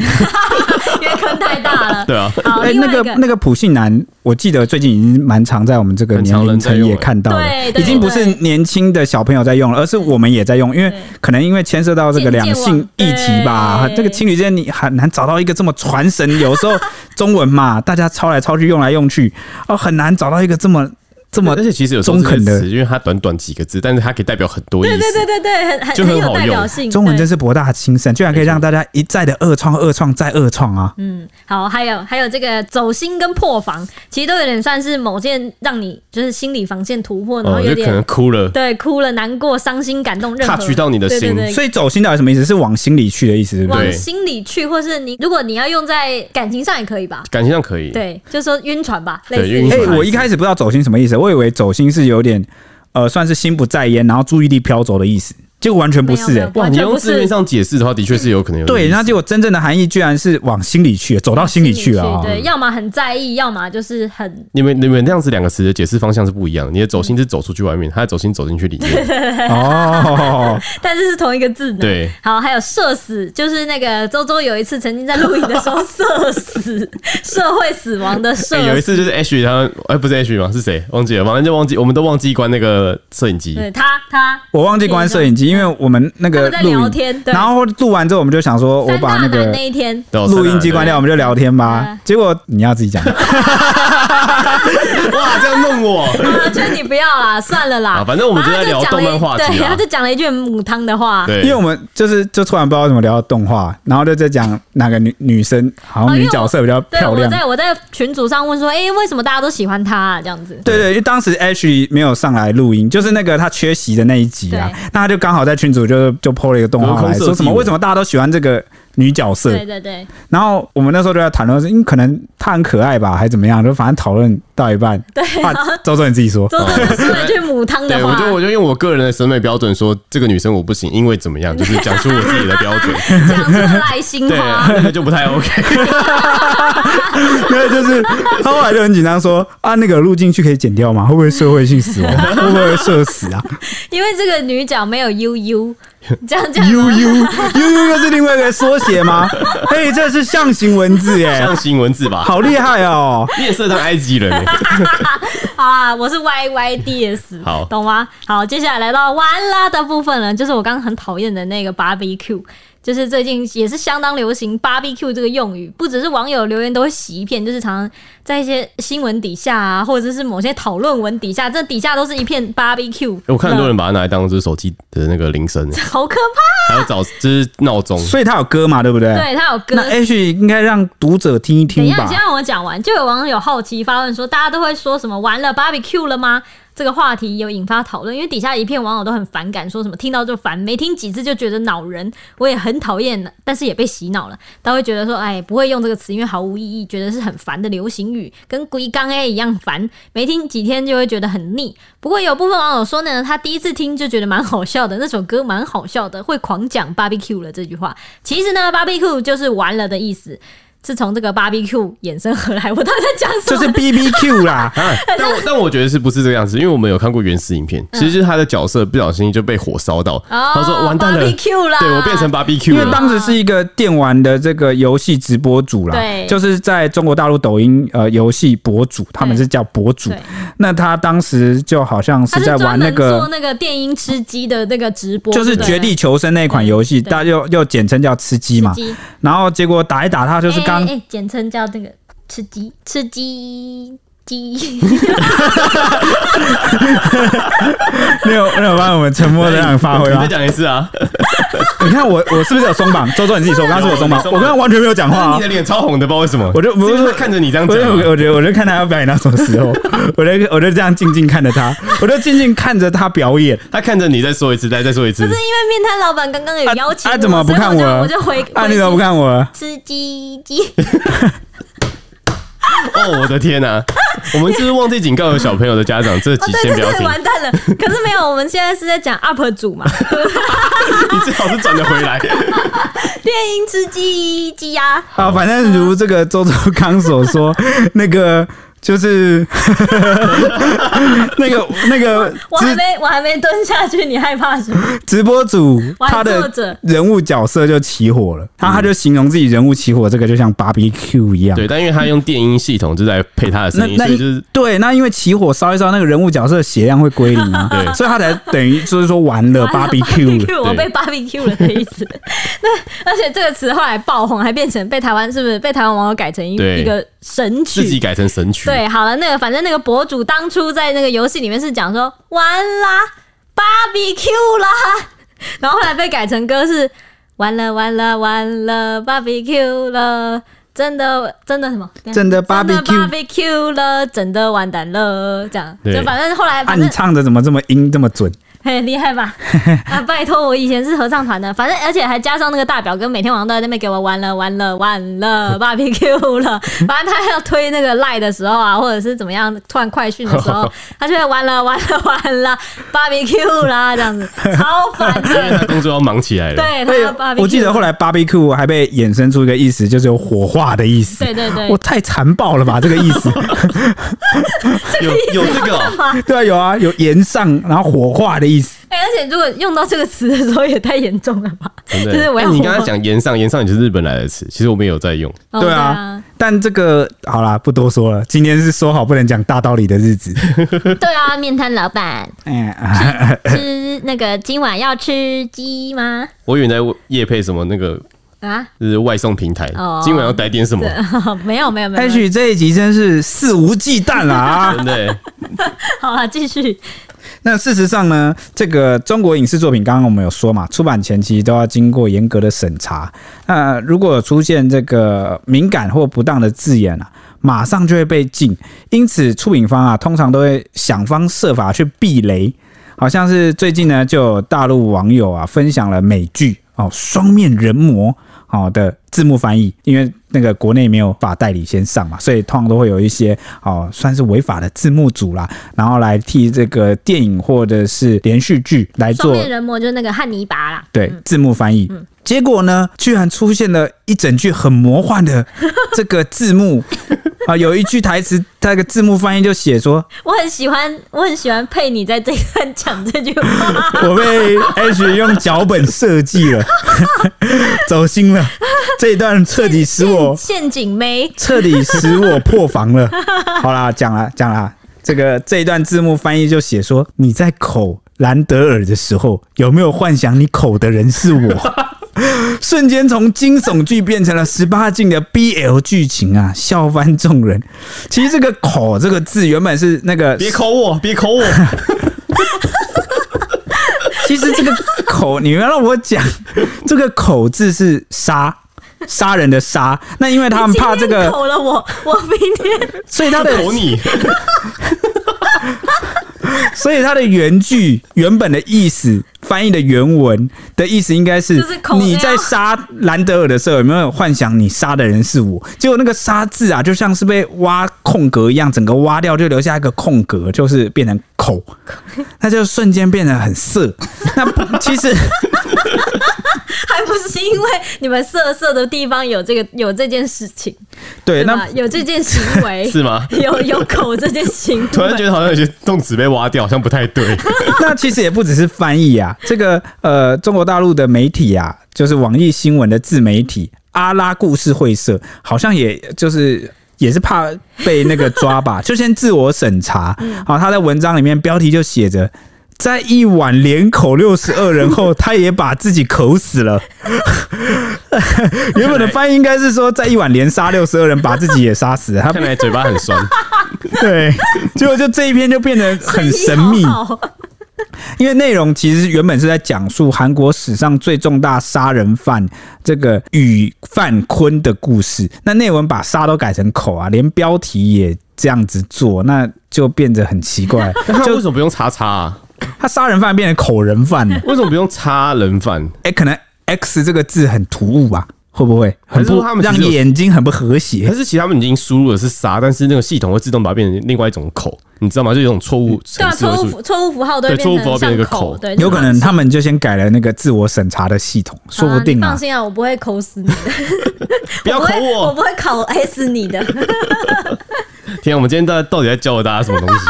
因为坑坑太大了。
对啊，
好，
哎、
另
那
外一
个那个普信男，我记得最近已经蛮常在我们这个
很
年
常
龄
人在
层
用
也
了
看到了，
对对
已经不是
对
年轻的小朋友在用了，而是我们也在用，因为
对
可能因为牵涉到这个两性议题吧
对，
这个情侣之间你很难找到一个这么传神，有时候中文嘛，大家抄来抄去用来用去，哦，很难找到一个这么这么
而且其实有时候
中
这些
肯的
词，因为它短短几个字，但是它可以代表很多意思。
对对对对对，很很
就很
有
好
代
用
表性。
中文
对
真是博大精深，居然可以让大家一再的恶创、恶创再恶创啊！
嗯，好，还有还有这个走心跟破防，其实都有点算是某件让你就是心理防线突破，然后
哦，
有
就可
点、
能哭了，
对哭了、难过、伤心、感动，任何
touch 到你的心
对对
所以走心到底什么意思？是往心里去的意思，对
对，
不对？
往心里去，或是你如果你要用在感情上也可以吧？
感情上可以。
对，就说晕船吧，类
对
似
晕
哎、
船
我一开始不知道走心什么意思，我以为走心是有点呃，算是心不在焉，然后注意力飘走的意思，结果完全不是、
没有
哎
没有
哇，
完
你
全
用
不
字面
是。
上解释的话，的确是有可能有
对，
意思
然后结果真正的含义居然是往心里去，走到心里去了啊、
对，要么很在意，要么就是很
你们你们那样子两个词的解释方向是不一样的。你的走心是走出去外面，他的走心走进去里面。
哦，
但是是同一个字呢。
对，
好，还有社死，就是那个周周有一次曾经在录影的时候社死，社会死亡的社
哎
死。
有一次就是 H 他们，哎、不是 H 吗？是谁？忘记了，反正就忘记，我们都忘记关那个摄影机。
对他他
我忘记关摄影机，因为我们那个
他们在
录
聊
影，
天对
然后录完之后我们就想说，我
三
把
大
那
男
个
那一天，
对哦
录音机
三大
关掉，我们就聊天吧
嗯。
结果你要自己讲，
人哇，这样弄我。
啊，劝你不要啦，算了啦。
啊反正我们就在聊动漫话题啊
反正他就讲了一对，他就讲了一句很母汤的话。
对，
因为我们就是就突然不知道怎么聊到动画，然后就在讲哪个女女生好像
哦因为
女
我
角色比较
对，
漂
我
亮。
在我在群组上问说，哎、为什么大家都喜欢他、啊、这样子？
对对，因为当时 H 没有上来录音，就是那个他缺席的那一集啊
对，
那他就刚好在群组就就 PO 了一个动画
隔空
来
设计
说什么
我
为什么大家都喜欢这个女角色，
对对对，
然后我们那时候就在谈论，因为可能她很可爱吧，还怎么样，就反正讨论到一半，对、啊，周周你自己说，
周周就说了一句母汤的
对，
话。
我就我就用我个人的审美标准说，这个女生我不行，因为怎么样，就是讲出我自己的标 准。
讲出了赖 心
对，
花，
那个就不太 OK。
因为就是他后来就很紧张说啊，那个录进去可以剪掉吗？会不会社会 性死亡？会不会社死啊？
因为这个女角没有悠悠，这样这样
悠悠悠悠又是另外一个缩写吗？ 嘿，这是象形文字
哎
耶，
像新文字吧，
好厉害哦！
面色像埃及人 欸。
好啊，我是 Y Y D S，
好
懂吗？好，接下来来到完啦的部分了，就是我刚刚很讨厌的那个 barbecue，就是最近也是相当流行 barbecue 这个用语，不只是网友留言都会洗一片，就是常常在一些新闻底下啊，或者是某些讨论文底下，这底下都是一片 barbecue。
我看很多人把它拿来当就是手机的那个铃声欸，
好可怕！
还有找就是闹钟。，
所以他有歌嘛，对不对？
对他有歌
那，H 应该让读者听一
等一
听
下，你
吧
先。让我讲完。就有网友好奇发问说，大家都会说什么“完了 barbecue 了吗”这个话题有引发讨论，因为底下一片网友都很反感，说什么听到就烦，没听几次就觉得恼人。我也很讨厌，但是也被洗脑了。他会觉得说，哎，不会用这个词，因为毫无意义，觉得是很烦的流行语，跟龟缸 A 一样烦，没听几天就会觉得很腻。不过有部分网友说呢，他第一次听就觉得蛮好笑的，那首歌蛮好笑的，会狂讲 barbecue 了这句话。其实呢，barbecue 就是完了的意思。是从这个 barbecue 衍生而来。我到底在讲什
就
么？
是 B B Q 啦
啊，但我但我觉得是不是这个样子？因为我们有看过原始影片，其实就是他的角色不小心就被火烧到，
嗯哦
他说完蛋了
barbecue 啦
对我变成 barbecue
因为
了。
当时是一个电玩的这个游戏直播主啦
对，
就是在中国大陆抖音呃游戏博主，他们是叫博主
对。
那他当时就好像
他
是
是
在
专
玩那
门做
个。
那个电音吃鸡的那个直播，
就是
对
《
不对
绝地求生》那款游戏，
对
大家又又简称叫吃鸡嘛
吃。鸡，
然后结果打一打，他就是
哎哎
刚
哎简称叫那个吃鸡，吃鸡鸡。
没有没有帮我们沉默的让发挥
你
吗
再？讲一次 啊！
你看我我是不是有松绑？周周你自己说，我刚刚是我松绑，
有有有松
我
绑
刚刚完全没有讲话啊
你的。脸超红的，不知道为什么。
我就我就是
看着你这样
我
讲
就
啊，
我觉得我就看他要表演到什么 时候，我就我就这样静静看着他，我就静静看着他表演。
他看着你再说一次，再再说一次
不是。因为面摊老板刚刚有邀请
啊
我，
啊怎么不看
所以
我
我就我就回，
啊，
回
你怎么不看我？
吃鸡 鸡？
哦，我的天 哪！我们是不是忘记警告有小朋友的家长，这集
哦，对
先不要
对对，
听。
完蛋了！可是没有，我们现在是在讲 UP 主嘛，
你最好是转得回 来。
电音吃鸡鸡呀。
啊，反正如这个周周刚所说，那个。就是 那个那个
我还
直
没我还没蹲下去，你害怕什么？
直播主
我还
他
坐
的
着
人物角色就起火了，他他就形容自己人物起火，这个就像 BBQ 一样。
对，但因为他用电音系统就在配他的
那
声音，
那
所以就是
对，那因为起火烧一烧，那个人物角色的血量会归零啊，
对
所以他才等于就是说完了 BBQ，
啊 BBQ，我被 BBQ 了的意思。 那而且这个词后来爆红，还变成被台湾是不是被台湾网友改成一
对
一个神曲？
自己改成神曲。
对，好了，那个反正那个博主当初在那个游戏里面是讲说完啦，barbecue 啦，然后后来被改成歌是完了完了完了 barbecue 了。真的，真的什么？
真的 barbecue
barbecue 了，真的完蛋了，这样
对
就反正后来
啊，
反
你
正
唱的怎么这么音这么准？
很厉害 吧？啊，拜托，我以前是合唱团的，反正而且还加上那个大表哥，每天晚上都在那边给我玩了玩了玩 了 barbecue 了。反正他要推那个赖的时候啊，或者是怎么样突然快讯的时候，他就会玩了玩了玩了 barbecue 啦，这样 子超烦
因为
的。
他工作要忙起来了。
对，他
对
要啊 barbecue，
我记得后来 BBQ 还被衍生出一个意思，就是有火化的意思。
对对对
我太残暴了吧，这个意 思。
有有这个哦、
干嘛？
对啊，有啊，有炎上，然后火化的意思。
哎、而且如果用到这个词的时候，也太严重了吧？
真的
就是我要
哎你刚才讲岩上，岩上也是日本来的词，其实我们也有在用。
哦
对 啊，但这个好啦，不多说了。今天是说好不能讲大道理的日子。
对啊，面摊老板
哎啊
吃那个今晚要吃鸡吗？
我以为你在夜配什么那个
啊？
就是外送平台，
哦
今晚要来点什么？
没有没有没有没有，
，H 这一集真是肆无忌惮了啊！
真的欸、
好了，继续。
那事实上呢，这个中国影视作品，刚刚我们有说嘛，出版前期都要经过严格的审查。那如果有出现这个敏感或不当的字眼啊，马上就会被禁。因此，出品方啊，通常都会想方设法去避雷。好像是最近呢，就有大陆网友啊分享了美剧哦《双面人魔》好、哦、的字幕翻译，因为那个国内没有法代理先上嘛，所以通常都会有一些哦算是违法的字幕组啦，然后来替这个电影或者是连续剧来
双
做
面人魔就是那个汉尼拔啦，
对字幕翻译。结果呢，居然出现了一整句很魔幻的这个字幕啊、有一句台词，它那个字幕翻译就写说
我很喜欢，我很喜欢配你在这一段讲这句话。
我被 H 用脚本设计了， 走心了。这一段彻底使我
陷陷阱妹，
彻底使我破防 了。好啦，讲啦讲啦，这个这一段字幕翻译就写说你在口兰德尔的时候，有没有幻想你口的人是我？ 瞬间从惊悚剧变成了十八禁的 BL 剧情啊，笑翻众人。其实这个“口”这个字原本是那个
别抠我，别 抠我，
其实这个“口”，你要让我讲，这个“口”字是杀。杀人的杀，那因为他们怕这
你今天
个，
口了我，我明天
所以他的
抠你。
所以他的原句原本的意思，翻译的原文的意思应该是
就是口啊
你在杀兰德尔的时候，有没有幻想你杀的人是我？结果那个“杀”字啊，就像是被挖空格一样，整个挖掉就留下一个空格，就是变成 口，那就瞬间变得很色。那不其实。
还不是因为你们色色的地方有这个有这件事情，对
对，那
吧？有这件行 为
是吗
有有口这件行为，
突然觉得好像有些动词被挖掉，好像不太对。
那其实也不只是翻译啊，这个呃，中国大陆的媒体啊，就是网易新闻的自媒体阿拉故事会社，好像也就是。也是怕被那个抓吧， 就先自我审查。好、他在文章里面标题就写着，在一碗连口六十二人后，他也把自己口死了。 原本的翻译应该是说，在一碗连杀六十二人，把自己也杀死了。他
看来嘴巴很酸，
对，结果就这一篇就变得很神秘。
好好
因为内容其实原本是在讲述韩国史上最重大杀人犯这个宇范坤的故事，那内文把“杀”都改成“口”啊，连标题也这样子做，那就变得很奇 怪。
那他为什么不用叉叉啊？
他杀人犯变成口人犯了，
为什么不用叉人贩？
哎、可能 “X” 这个字很突兀吧？会不会
还
很
是
不
说他们其
让
实有
眼睛很不和
但
谐？
是其实他们已经输入的是啥，但是那个系统会自动把它变成另外一种口，你知道吗？就有一种错误
对
程
啊，
式会
错误
出
符错误符号都会
对错误
变
符号变
成像
成一个
口，
口
对，
有可能
他
他们就先改了那个自我审查的系统，说不定
放
啊。
心啊，我不会抠死你的，
不要
我
考
不会我
我！
不会考 S 你的。
天啊，我们今天到底到底在教大家什么东 西？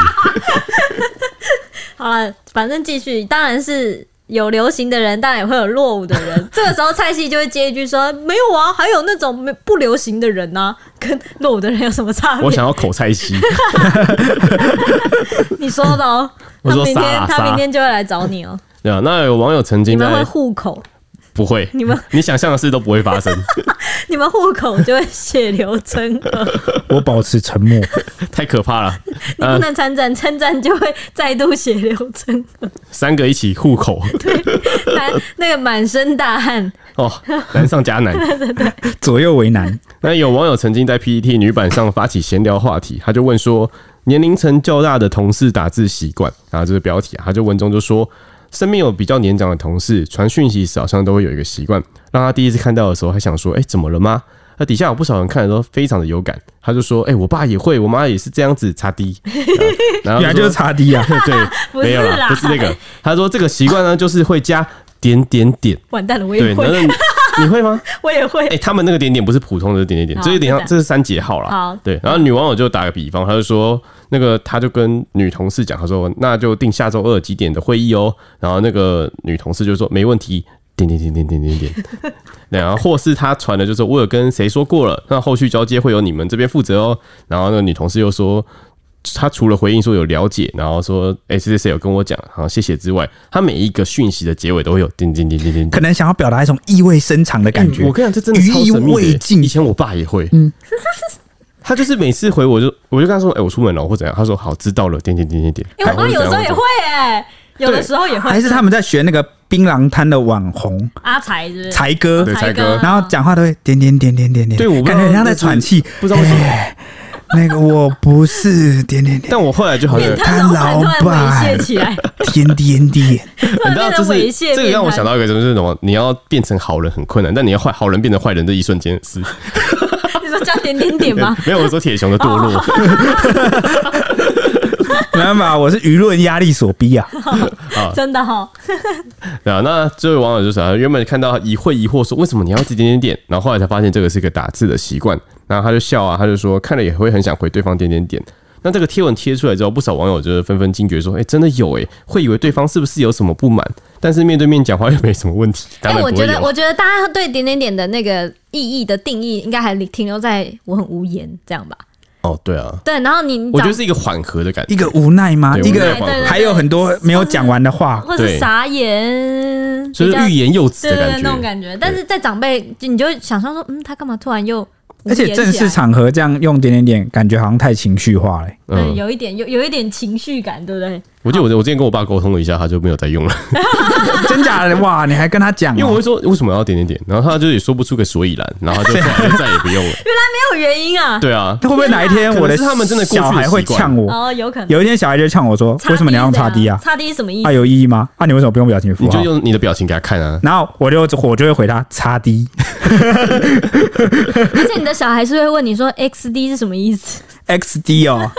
好了，反正继续，当然是有流行的人，当然也会有落伍的人。这个时候蔡系就会接一句说：“没有啊，还有那种没不流行的人呐、跟落伍的人有什么差别
我？”想要口菜西，
你说的哦，
我
他
说
明
杀
天
啦
他
杀
明天就会来找 你哦，
对啊。那有网友曾
你
经
们会
在
户口，
不会，
你们
你想象的事都不会发生。
你们户口就会血流成
嗯
河，
我保持沉 默。
太可怕了。
你不能参战，参战就会再度血流成 河，
三个一起互口，
满那个满身大汗，
哦，难上加难。
左右为难。
那有网友曾经在 PPT 女版上发起闲聊话题，他就问说，年龄层较大的同事打字习惯，然后这是标题啊，他就文中就说。身边有比较年长的同事传讯息时，好像都会有一个习惯，让他第一次看到的时候还想说：“哎、怎么了吗？”那底下有不少人看的都非常的有感，他就说：“哎、我爸也会，我妈也是这样子擦滴。然后”然
原来
后
就是擦低啊！
不
对，
是
没有
啦
啦，不是这个。他说这个习惯呢，就是会加点点点。
完蛋了，我
对，
也
那
会，
那你会吗？
我也会
哎、。他们那个点点不是普通的点点点，
好
这有点像，
是哦的
这是三节号啦。
好
对。然后女网友就打个比方，她就说，那个她就跟女同事讲，她说那就定下周二几点的会议哦。然后那个女同事就说没问题，点点点点点点点。 对然后或是她传的就是我有跟谁说过了，那后续交接会由你们这边负责哦。然后那个女同事又说。她除了回应说有了解，然后说哎谁谁谁有跟我讲，然后谢谢之外，她每一个讯息的结尾都会有点点点点点点
可能想要表达一种意味深长的感觉。
嗯我跟你讲，这真的超
余意
神秘的
未
耶。
尽
以前我爸也会，嗯，他就是每次回我就我就跟他说，哎、我出门了或怎样，他说好知道了，点点点点点。
因为我哎妈有时候也会哎、有的时候也会。
还是他们在学那个槟榔摊的网红
阿才是不是？
才哥，
对才哥
然后讲话都会点点点点点点，
对我不知
感
道
觉很像在喘气，
不知道为什么
哎那个我不是点点点，
但我后来就好像，
他老板突然猥亵起来，
点 点点，
突
你
然
知道，
变
就
成猥
是
亵。
这个让我想，到一个，就是什么，你要变成好人很困难，但你要坏好人变成坏人这一瞬间是，
你说加点点点吗？
没有我说铁熊的堕落，
没办法，我是舆论压力所 逼啊。
真的哦哈、
对啊，那这位网友就想，原本看到疑会疑惑说为什么你要一直点点点，然后后来才发现这个是个打字的习惯，然后他就笑啊，他就说看了也会很想回对方点点点。那这个贴文贴出来之后，不少网友就是纷纷惊觉说，哎、真的有哎、会以为对方是不是有什么不满，但是面对面讲话又没什么问题，当然
哎我
不
觉
会有。
得，我觉得大家对点点点的那个意义的定义，应该还停留在我很无言这样吧？
哦，对啊，
对，然后你你
我觉
找
得是一个缓和的感
一
觉，
个无奈吗？
对
一
无
个
奈对对
对
还有很多没有讲完的话，
或是
对
傻眼，
就是
比较
欲言又止
对
的感
对对那种
觉。
感觉。但是在长辈，就你就会想象说，嗯，他干嘛突然又无
而且
言起
正
来
式场合这样用点点点，感觉好像太情绪 化了欸。
嗯，
嗯，
有一点有有一点情绪感，对不对？
我记得我
哦
我之前跟我爸沟通了一下，他就没有再用了，
真假的哇？你还跟他讲哦？
因为我会说为什么要点点点，然后他就也说不出个所以然，然后他就后来就再也不用了。
没有原因啊。
对啊，
那会不会哪一天我的
可能是他们真的过去的
小孩会呛我？
哦，有可能。
有一天小孩就呛我说：“为什么你要用叉 D 啊？
叉 D 是什么意思
哎
啊，？有意义吗？啊，你为什么不用表情符
你
号
就用你的表情给他看啊？”。
然后我就我就会回他叉 D
而且你的小孩是会问你说 XD 是什么意思？
X D 哦，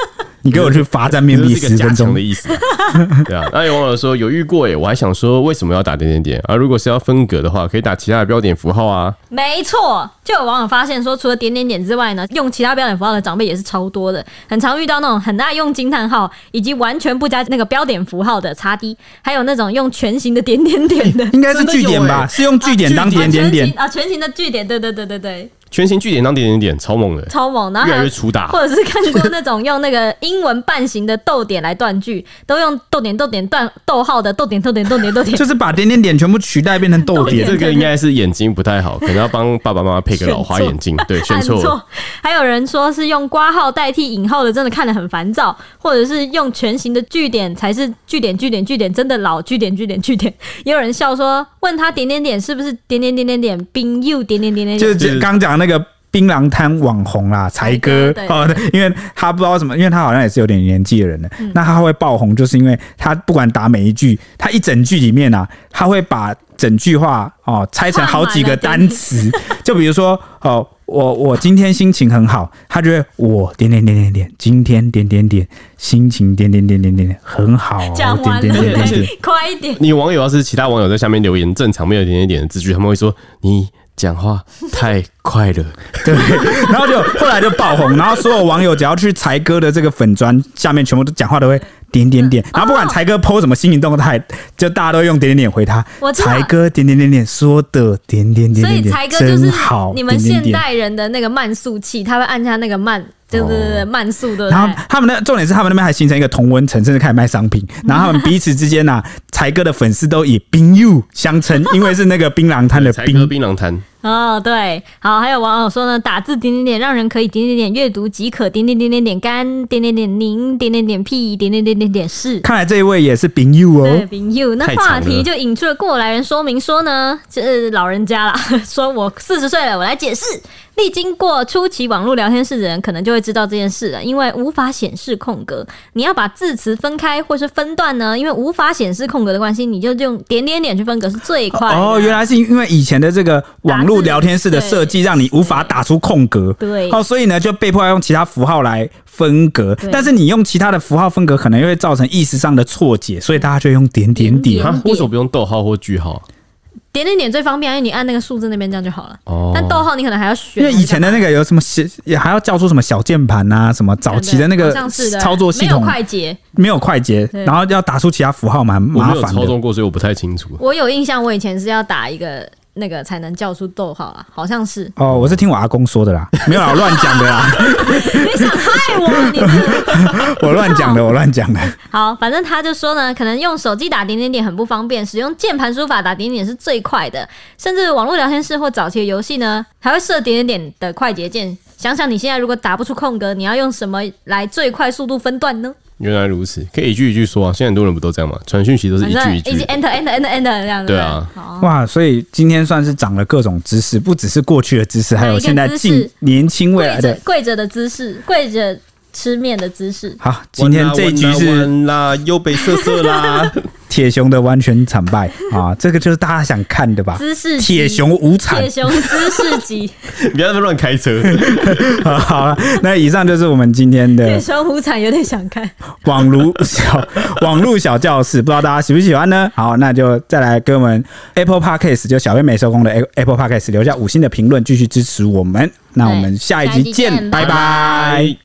你给我去罚站面
这
壁
是
十
个加
分
强
钟
的。意思 啊，对啊。那有网友说有遇过耶，我还想说为什么要打点点点啊？如果是要分隔的话，可以打其他的标点符号啊。
没错，就有网友发现说，除了点点点之外呢，用其他标点符号的长辈也是超多的，很常遇到那种很爱用惊叹号，以及完全不加那个标点符号的叉 D，还有那种用全形的点点点的。
应该是句点
真的有
吧？
欸
是用句点当点点
啊全
点
形，啊，全形的句点，对对对对对，
全形据点当点点点，超猛的，
超猛！然后
越来
还有
越粗大。
啊或者是看过那种用那个英文半形的逗点来断句，都用逗点逗点断逗号的逗点逗点逗点逗 点，
就是把点点点全部取代变成逗点。
这个应该是眼睛不太好，可能要帮爸爸妈妈配个老花眼镜。对，选
按
错了。
错。还有人说是用挂号代替引号的，真的看得很烦躁，或者是用全形的句点才是句点句点句点，真的老句点句点句点。也有人笑说，问他点点点是不是点点点点点冰又点点点点
就
点。
是刚讲那个。槟榔摊网红啦，才哥
才哥对
哦，因为他不知道什么，因为他好像也是有点年纪的人了。那他会爆红，就是因为他不管打每一句，他一整句里面啊，他会把整句话哦拆成好几个 单词，就比如说哦。我我今天心情很好，他就会我点点点点点，今天点点点心情点点点点点点很好哦，
讲
点
完
点
了
点点点，，
快一点。
你网友要是其他网友在下面留言，正常没有一点一点的字句，他们会说你讲话太快了。
对，然后就后来就爆红，然后所有网友只要去才哥的这个粉砖下面，全部都讲话都会点点
哦
点，然后不管才哥 PO 什么新运动态，就大家都用点点点回他
我。知道
才哥点点点点说的点点点
所
点
以
点，
才哥就是
真好
你们
点点
现
点
代人的那个慢速器，他会按下那个慢，对对对对，慢速对不
然后
对？
他们那重点是他们那边还形成一个同温层，甚至开始卖商 品。然后他们彼此之间呐、才哥的粉丝都以冰柚相称，因为是 那个槟榔摊的
才
冰
哥槟榔摊，
哦，对，好，还有网友说呢，打字点点点，让人可以点点点阅读即可，点点点点点干，点点点零，点点点屁，点点点点点是。
看来这一位也是冰柚
对
哦，
朋友，那
太
话
长
题
了
就引出了过来人说明说呢，这、呃老人家啦， 说我四十岁了，我来解释。历经过初期网络聊天室的人，可能就会知道这件事了，因为无法显示空格，你要把字词分开或是分段呢，因为无法显示空格的关系，你就用点点点去分隔是最快的。
哦，原来是因为以前的这个网络聊天室的设计，让你无法打出空格。
对
哦，所以呢，就被迫要用其他符号来分隔
对。
但是你用其他的符号分隔，可能又会造成意识上的错解，所以大家就用点点
点
点
点。
啊，为什么不用逗号或句号？啊
点点点最方便，因为你按那个数字那边这样就好了。
哦
但逗号你可能还要选，
因为以前的那个有什么小，也还要叫出什么小键盘啊，什么早期的那
好
个
像是的
操作系
没有
统
快捷。
没有快捷，
对
然后要打出其他符号蛮
我
麻
没有
烦
操
的。
纵过，所以我不太清楚。
我有印象，我以前是要打一个那个才能叫出逗号啊，好像是。
哦，我是听我阿公说的啦，没有啦，我乱讲的 啦，
你想害我？你这个
我乱讲的，我乱讲的。
好，反正他就说呢，可能用手机打点点点很不方便，使用键盘输法打点点是最快的。甚至网络聊天室或早期的游戏呢，还会设点点点的快捷键。想想你现在如果打不出空格，你要用什么来最快速度分段呢？
原来如此，可以一句一句说啊。现在很多人不都这样嘛？传讯息都是
反
一
正
句
已
一哎句
经
的。
enter enter enter enter 这样子。
对啊
好，
哇，所以今天算是长了各种知识，不只是过去的知识，还有现在
还有一
近
个
年轻未来
跪着
的。
跪着的姿势，跪着吃面的姿势。
好，今天这一局
啊
是
完啦，完啦又被瑟瑟啦。
铁熊的完全惨 败啊，这个就是大家想看的吧？
姿势集
铁熊无惨
铁。熊姿势 集，
你 不要那么乱开车。
好 好了，那以上就是我们今天
铁
的
熊无惨有点想看。
网络小 网络小教室，不知道大家喜不喜欢呢？好，那就再来给我们 Apple Podcast 就小妹美收工的 Apple Podcast 留下五星的评论，继续支持我们。那我们下一
对下一
集
集见
见，拜
拜
拜。